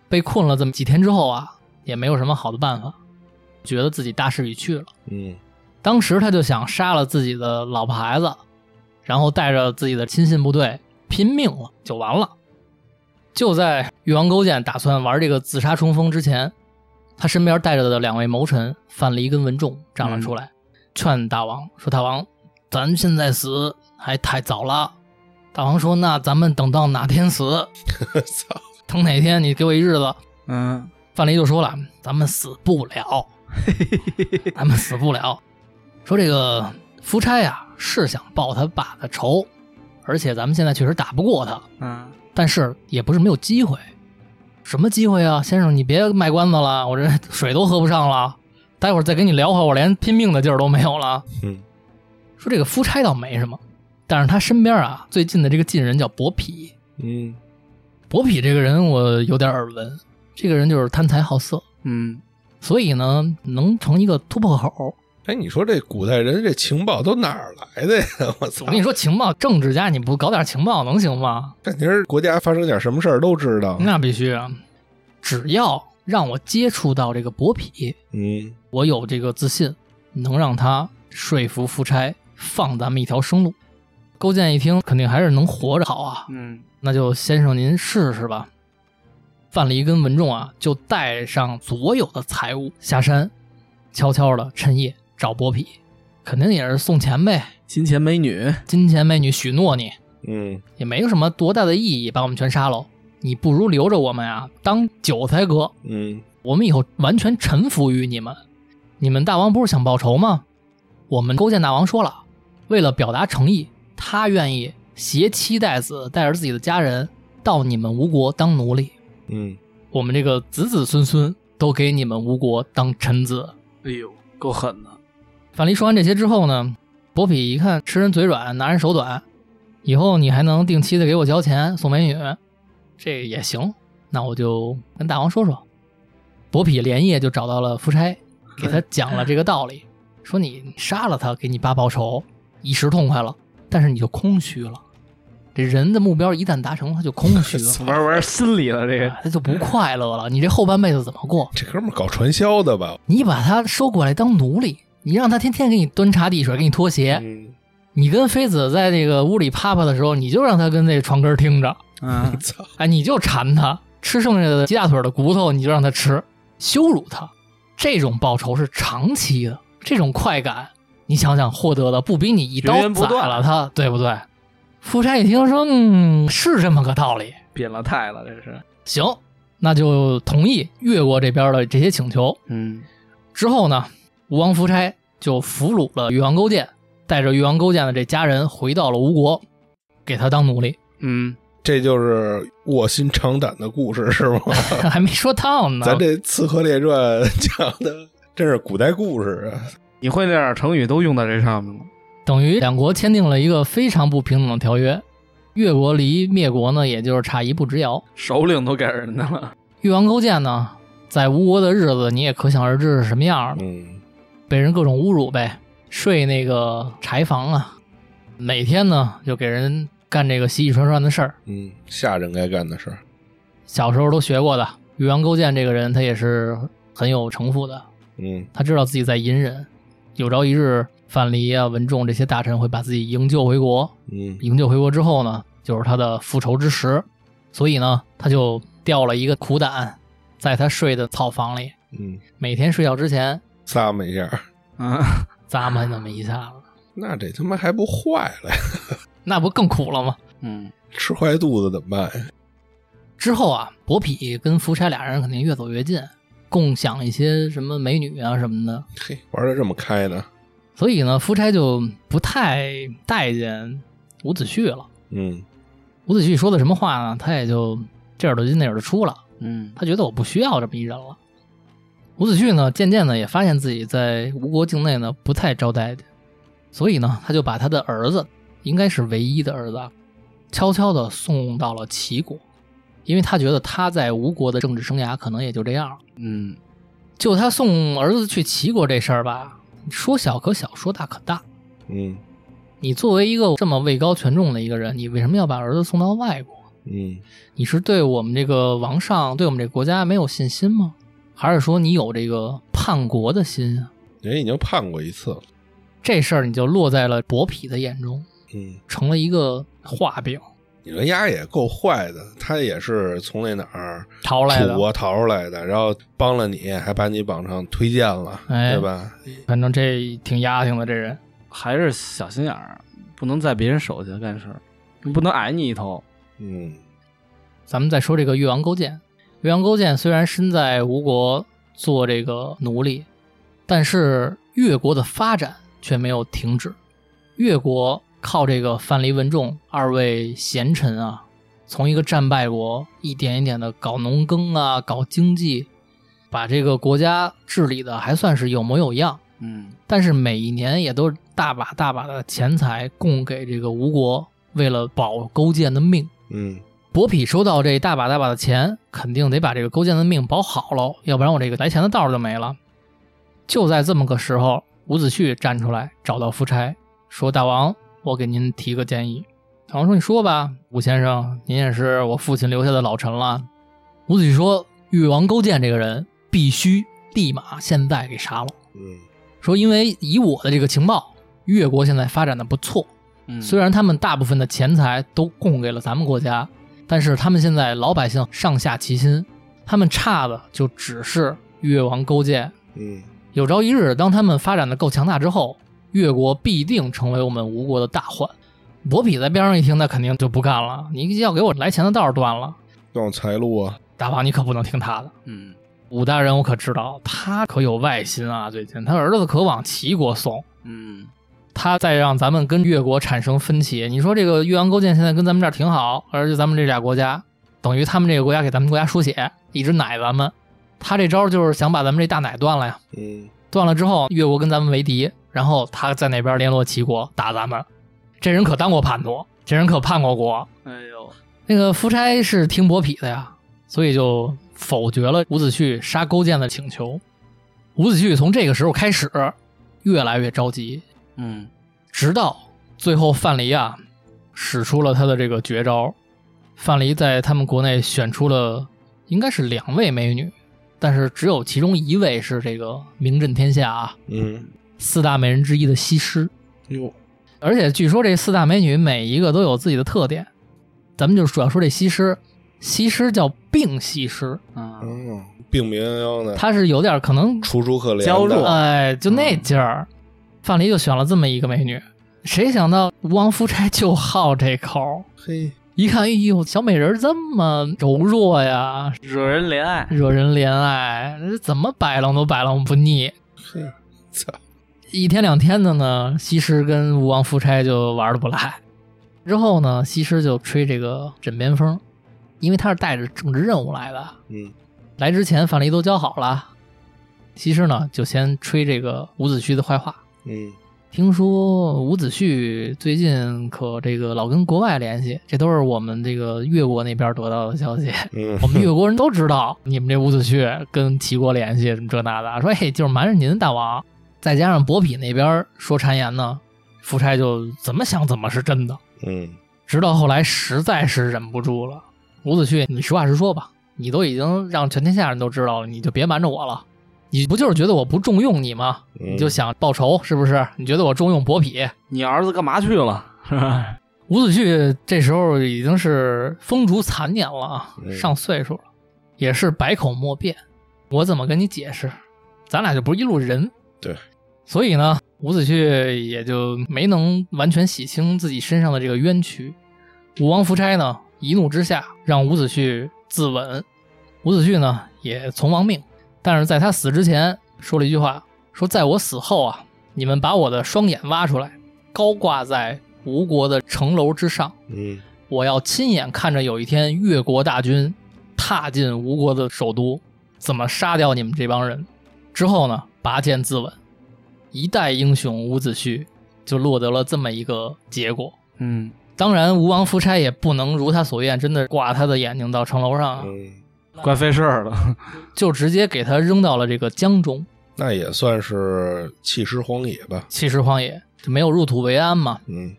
被困了这么几天之后啊，也没有什么好的办法，觉得自己大势已去了。嗯 当时他就想杀了自己的老婆孩子，然后带着自己的亲信部队拼命了，就完了。就在越王勾践打算玩这个自杀冲锋之前，他身边带着的两位谋臣犯了一根文重，站了出来，劝大王说：“大王，咱现在死还太早了。”大王说：“那咱们等到哪天死？操，等哪天你给我一日子。”嗯，范蠡就说了：“咱们死不了，咱们死不了。说这个夫差呀、是想报他爸的仇，而且咱们现在确实打不过他，嗯，但是也不是没有机会。什么机会啊，先生，你别卖关子了，我这水都喝不上了。待会儿再跟你聊会儿，我连拼命的劲儿都没有了。嗯说这个夫差倒没什么，但是他身边啊，最近的这个近人叫伯匹。嗯伯匹这个人我有点耳闻，这个人就是贪财好色，嗯，所以呢，能成一个突破口。哎，你说这古代人这情报都哪儿来的呀？ 我我操跟，你说，情报政治家你不搞点情报能行吗？感觉是国家发生点什么事儿都知道。那必须啊！只要让我接触到这个伯匹，嗯我有这个自信，能让他说服夫差放咱们一条生路。勾践一听，肯定还是能活着好啊，嗯，那就先生您试试吧。范蠡跟文仲啊，就带上所有的财物下山，悄悄的趁夜找伯匹，肯定也是送钱呗，金钱美女，金钱美女许诺你，嗯也没有什么多大的意义，把我们全杀喽。你不如留着我们啊，当韭菜割，嗯我们以后完全臣服于你们。你们大王不是想报仇吗？我们勾践大王说了，为了表达诚意，他愿意携妻带子，带着自己的家人到你们吴国当奴隶，嗯，我们这个子子孙孙都给你们吴国当臣子。哎呦，够狠的，范蠡说完这些之后呢，伯匹一看吃人嘴软，拿人手短，以后你还能定期的给我交钱送美女，这也行。那我就跟大王说说。伯匹连夜就找到了夫差，给他讲了这个道理，说你杀了他，给你爸报仇，一时痛快了，但是你就空虚了。这人的目标一旦达成，他就空虚 了，玩玩心理了，这他就不快乐了。你这后半辈子怎么过？这哥们儿搞传销的吧？你把他收过来当奴隶，你让他天天给你端茶递水，给你脱鞋，嗯，你跟妃子在这个屋里啪啪的时候，你就让她跟那床根儿听着，嗯 操，哎，你就馋她，吃剩下的鸡大腿的骨头，你就让她吃，羞辱她，这种报酬是长期的，这种快感，你想想获得的不比你一刀源源不宰断了她，对不对？夫差一听说，嗯，是这么个道理，变了态了，这是，行，那就同意越国这边的这些请求。嗯之后呢，吴王夫差就俘虏了越王勾践，带着越王勾践的这家人回到了吴国，给他当奴隶。嗯，这就是卧薪尝胆的故事是吗？ 还没说到呢，咱这《刺客列传》 讲的真是古代故事啊！你会那点成语都用到这上面了，等于两国签订了一个非常不平等的条约。越国离灭国呢，也就是差一步之遥。首领都给人家了，越王勾践呢，在吴国的日子，你也可想而知是什么样的，嗯被人各种侮辱呗，睡那个柴房啊，每天呢就给人干这个洗洗涮涮的事儿，嗯，下人该干的事儿。小时候都学过的。越王勾践这个人，他也是很有城府的，嗯他知道自己在隐忍，有朝一日范蠡啊、文仲这些大臣会把自己营救回国。嗯营救回国之后呢，就是他的复仇之时，所以呢，他就吊了一个苦胆，在他睡的草房里，嗯，每天睡觉之前撒么一下，嗯，咂摸那么一下子，那这他妈还不坏了呀？那不更苦了吗？嗯吃坏肚子怎么办呀？之后啊，伯匹跟夫差俩人肯定越走越近，共享一些什么美女啊什么的，嘿，玩的这么开呢？所以呢，夫差就不太待见伍子胥了。嗯伍子胥说的什么话呢？他也就这耳朵进那耳朵出了。嗯他觉得我不需要这么一人了。伍子胥呢，渐渐的也发现自己在吴国境内呢不太招待见，所以呢，他就把他的儿子，应该是唯一的儿子，啊，悄悄的送到了齐国，因为他觉得他在吴国的政治生涯可能也就这样了。嗯，就他送儿子去齐国这事儿吧，说小可小，说大可大。嗯你作为一个这么位高权重的一个人，你为什么要把儿子送到外国？嗯，你是对我们这个王上，对我们这个国家没有信心吗？还是说你有这个叛国的心啊？人已经判过一次了，这事儿你就落在了伯嚭的眼中，嗯，成了一个画饼，你说丫也够坏的，他也是从那哪儿逃来楚的。国逃出来的，然后帮了你，还把你往上推荐了，哎对吧？反正这挺丫挺的，这人还是小心眼儿，不能在别人手下干事儿，不能矮你一头。嗯咱们再说这个越王勾践。越王勾践虽然身在吴国做这个奴隶，但是越国的发展却没有停止。越国靠这个范蠡、文仲二位贤臣啊，从一个战败国一点一点的搞农耕啊，搞经济，把这个国家治理的还算是有模有样。嗯，但是每一年也都大把大把的钱财供给这个吴国，为了保勾践的命。嗯伯嚭收到这大把大把的钱，肯定得把这个勾践的命保好喽，要不然我这个来钱的道儿就没了。就在这么个时候，伍子胥站出来找到夫差，说：“大王，我给您提个建议。”大王说：“你说吧，伍先生，您也是我父亲留下的老臣了。”伍子胥说：“越王勾践这个人必须立马现在给杀了。嗯说因为以我的这个情报，越国现在发展的不错，嗯虽然他们大部分的钱财都供给了咱们国家，但是他们现在老百姓上下齐心，他们差的就只是越王勾践。嗯有朝一日，当他们发展的够强大之后，越国必定成为我们吴国的大患。伯嚭在边上一听，那肯定就不干了，你要给我来钱的道儿断了，断我财路啊，大王你可不能听他的。嗯，武大人，我可知道他可有外心啊，最近他儿子可往齐国送。嗯，他再让咱们跟越国产生分歧。你说这个越王勾践现在跟咱们这儿挺好，而且咱们这俩国家等于他们这个国家给咱们国家输血，一直奶咱们。他这招就是想把咱们这大奶断了呀，嗯断了之后越国跟咱们为敌，然后他在那边联络齐国打咱们。这人可当过叛徒，这人可叛过国。哎呦，那个夫差是听伯嚭的呀，所以就否决了伍子胥杀勾践的请求。伍子胥从这个时候开始越来越着急，嗯直到最后范蠡啊使出了他的这个绝招，范蠡在他们国内选出了应该是两位美女，但是只有其中一位是这个名震天下啊嗯，四大美人之一的西施，哟，而且据说这四大美女每一个都有自己的特点，咱们就主要说这西施，西施叫病西施，啊，哦，病病殃殃的，她是有点可能楚楚可怜的，娇弱哎，就那劲儿，范蠡就选了这么一个美女，谁想到吴王夫差就好这口儿。嘿，一看，哎呦，小美人儿这么柔弱呀，惹人怜爱。惹人怜爱，这怎么摆弄都摆弄不腻。操，一天两天的呢，西施跟吴王夫差就玩的不赖。之后呢，西施就吹这个枕边风，因为她是带着政治任务来的。嗯来之前，范蠡都交好了，西施呢就先吹这个伍子胥的坏话。嗯听说伍子胥最近可这个老跟国外联系，这都是我们这个越国那边得到的消息。嗯我们越国人都知道你们这伍子胥跟齐国联系什么这那的，说嘿，就是瞒着您大王。再加上伯嚭那边说谗言呢，夫差就怎么想怎么是真的。嗯直到后来实在是忍不住了，伍子胥，你实话实说吧，你都已经让全天下人都知道了，你就别瞒着我了。你不就是觉得我不重用你吗？嗯你就想报仇是不是？你觉得我重用伯嚭？你儿子干嘛去了？是吧？伍子胥这时候已经是风烛残年了啊，嗯上岁数了，也是百口莫辩。我怎么跟你解释？咱俩就不是一路人。对，所以呢，伍子胥也就没能完全洗清自己身上的这个冤屈。武王夫差呢，一怒之下让伍子胥自刎，伍子胥呢也从亡命。但是在他死之前说了一句话，说在我死后啊，你们把我的双眼挖出来，高挂在吴国的城楼之上，嗯我要亲眼看着有一天越国大军踏进吴国的首都，怎么杀掉你们这帮人。之后呢，拔剑自刎。一代英雄伍子胥就落得了这么一个结果。嗯，当然，吴王夫差也不能如他所愿，真的挂他的眼睛到城楼上啊，嗯，怪费事儿的。就直接给他扔到了这个江中，那也算是弃尸荒野吧，弃尸荒野，就没有入土为安嘛。嗯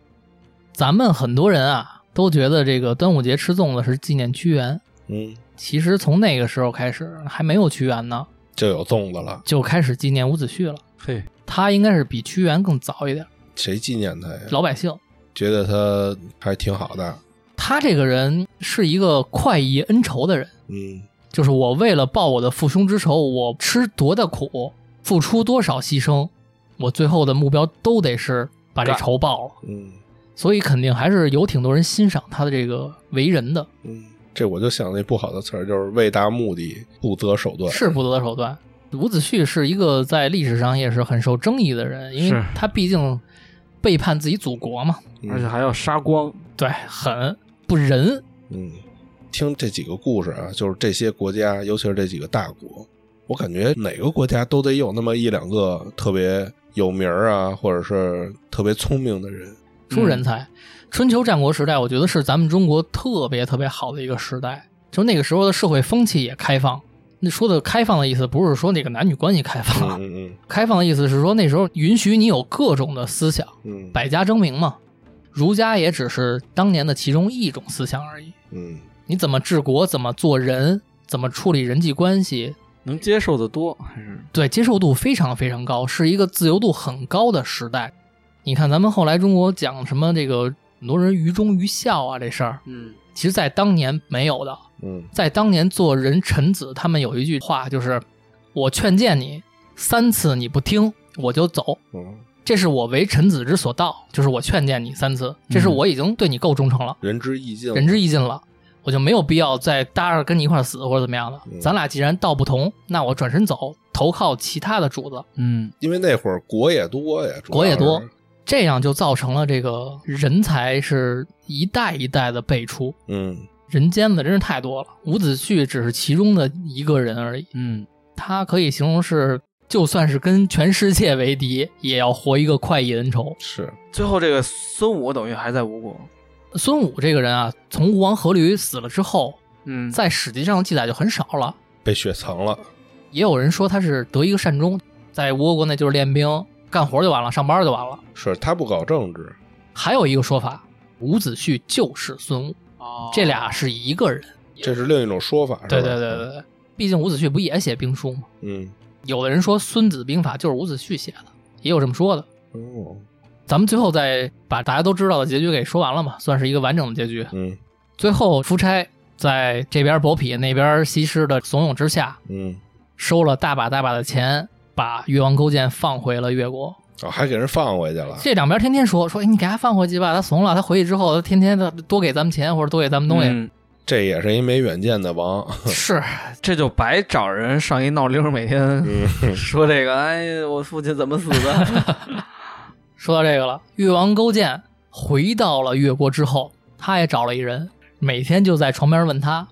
咱们很多人啊，都觉得这个端午节吃粽子是纪念屈原。嗯，其实从那个时候开始，还没有屈原呢，就有粽子了。就开始纪念伍子胥了。嘿，他应该是比屈原更早一点，谁纪念他呀？老百姓。觉得他还挺好的。他这个人是一个快意恩仇的人，嗯就是我为了报我的父兄之仇，我吃多大苦，付出多少牺牲，我最后的目标都得是把这干仇报了。嗯所以肯定还是有挺多人欣赏他的这个为人的，嗯，这我就想那不好的词儿，就是为达目的不择手段。是不择手段。伍子胥是一个在历史上也是很受争议的人，因为是他毕竟背叛自己祖国嘛，嗯而且还要杀光，对，很不仁。嗯，听这几个故事啊，就是这些国家，尤其是这几个大国，我感觉哪个国家都得有那么一两个特别有名儿啊，或者是特别聪明的人。出人才。春秋战国时代，我觉得是咱们中国特别特别好的一个时代。就那个时候的社会风气也开放。那说的开放的意思，不是说那个男女关系开放嗯啊，嗯 开放的意思是说那时候允许你有各种的思想，嗯嗯百家争鸣嘛。儒家也只是当年的其中一种思想而已。嗯，你怎么治国，怎么做人，怎么处理人际关系，能接受的多，还是对接受度非常非常高，是一个自由度很高的时代。你看，咱们后来中国讲什么这个很多人愚忠愚孝啊这事儿，嗯其实，在当年没有的。嗯在当年做人臣子，他们有一句话就是：“我劝谏你三次，你不听，我就走。嗯，这是我为臣子之所到，就是我劝谏你三次，这是我已经对你够忠诚了，仁至义尽，仁至义尽了，我就没有必要再搭着跟你一块儿死或者怎么样的。嗯咱俩既然道不同，那我转身走，投靠其他的主子，嗯因为那会儿国也多呀，主要国也多是，这样就造成了这个人才是一代一代的辈出，嗯人间子真是太多了。伍子胥只是其中的一个人而已。”嗯，他可以形容是，就算是跟全世界为敌，也要活一个快意恩仇。是，最后这个孙武等于还在吴国，孙武这个人啊，从吴王阖闾死了之后，嗯在史籍上的记载就很少了。被雪藏了。也有人说他是得一个善终，在吴国国内就是练兵，干活就完了，上班就完了。是他不搞政治，还有一个说法，伍子胥就是孙武，哦这俩是一个人。这是另一种说哦法，是吧对对对对，对，毕竟伍子胥不也写兵书吗？嗯，有的人说《孙子兵法》就是伍子胥写的，也有这么说的。哦，咱们最后再把大家都知道的结局给说完了嘛，算是一个完整的结局。嗯最后，夫差在这边薄皮那边西施的怂恿之下，嗯，收了大把大把的钱，把越王勾践放回了越国。哦，还给人放回去了，这两边天天说说，哎你给他放回去吧，他怂了，他回去之后，他天天的多给咱们钱或者多给咱们东西，嗯这也是一没远见的王， 是这就白找人上一闹铃，每天 说这个，哎，我父亲怎么死 的？说到这个了，越王勾践回到了越国之后，他也找了一人，每天就在床边问他：“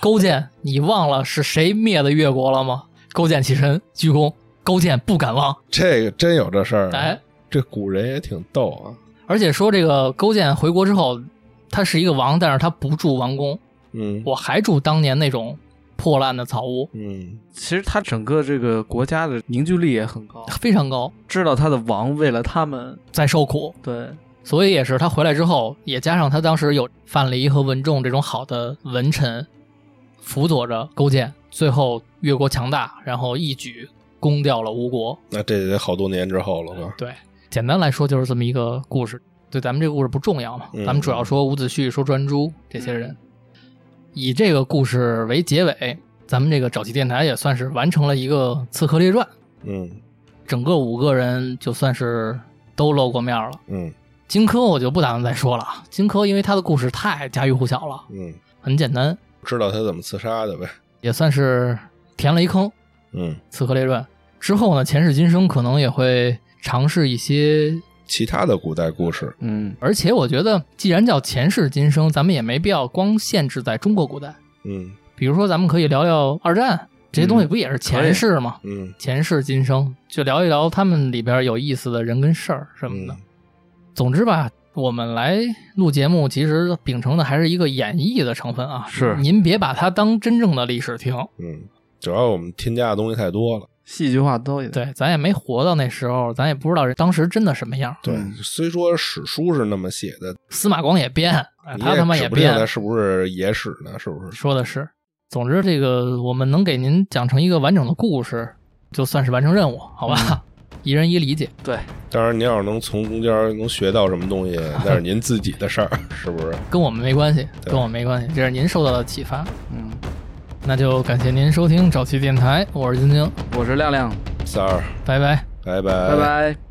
勾践，你忘了是谁灭的越国了吗？”勾践起身鞠躬，勾践不敢忘。这个真有这事儿啊，哎，这古人也挺逗啊，而且说这个勾践回国之后，他是一个王，但是他不住王宫，嗯我还住当年那种破烂的草屋，嗯其实他整个这个国家的凝聚力也很 高，非常高，知道他的王为了他们，在受苦。对，所以也是他回来之后，也加上他当时有范蠡和文仲这种好的文臣辅佐着勾践，最后越国强大，然后一举攻掉了吴国。那这得好多年之后了吧？对，简单来说就是这么一个故事。对，咱们这个故事不重要嘛，嗯咱们主要说伍子胥、说专诸这些人。以这个故事为结尾，咱们这个沼气电台也算是完成了一个《刺客列传》，嗯整个五个人就算是都露过面了。嗯荆轲我就不打算再说了，啊，荆轲因为他的故事太家喻户晓了，嗯，很简单，知道他怎么刺杀的呗，也算是填了一坑。《嗯，刺客列传》之后呢，前世今生可能也会尝试一些，其他的古代故事，嗯，而且我觉得既然叫前世今生，咱们也没必要光限制在中国古代，嗯比如说咱们可以聊聊二战这些东西，不也是前世吗？嗯前世今生就聊一聊他们里边有意思的人跟事儿什么的。嗯总之吧，我们来录节目，其实秉承的还是一个演绎的成分啊。是您别把它当真正的历史听，嗯，主要我们添加的东西太多了，戏剧化都有。对，咱也没活到那时候，咱也不知道人当时真的什么样。对嗯，虽说史书是那么写的，司马光也编，哎你他他妈指也不定他编，是不是野史呢？是不是？说的是。总之，这个我们能给您讲成一个完整的故事，就算是完成任务，好嗯吧？ 一人一理解。对，当然，您要是能从中间能学到什么东西，那是您自己的事儿，是不是？跟我们没关系，对跟我们没关系，这是您受到的启发。嗯，那就感谢您收听早期电台，我是晶晶，我是亮亮，三儿，拜拜。拜拜，拜拜。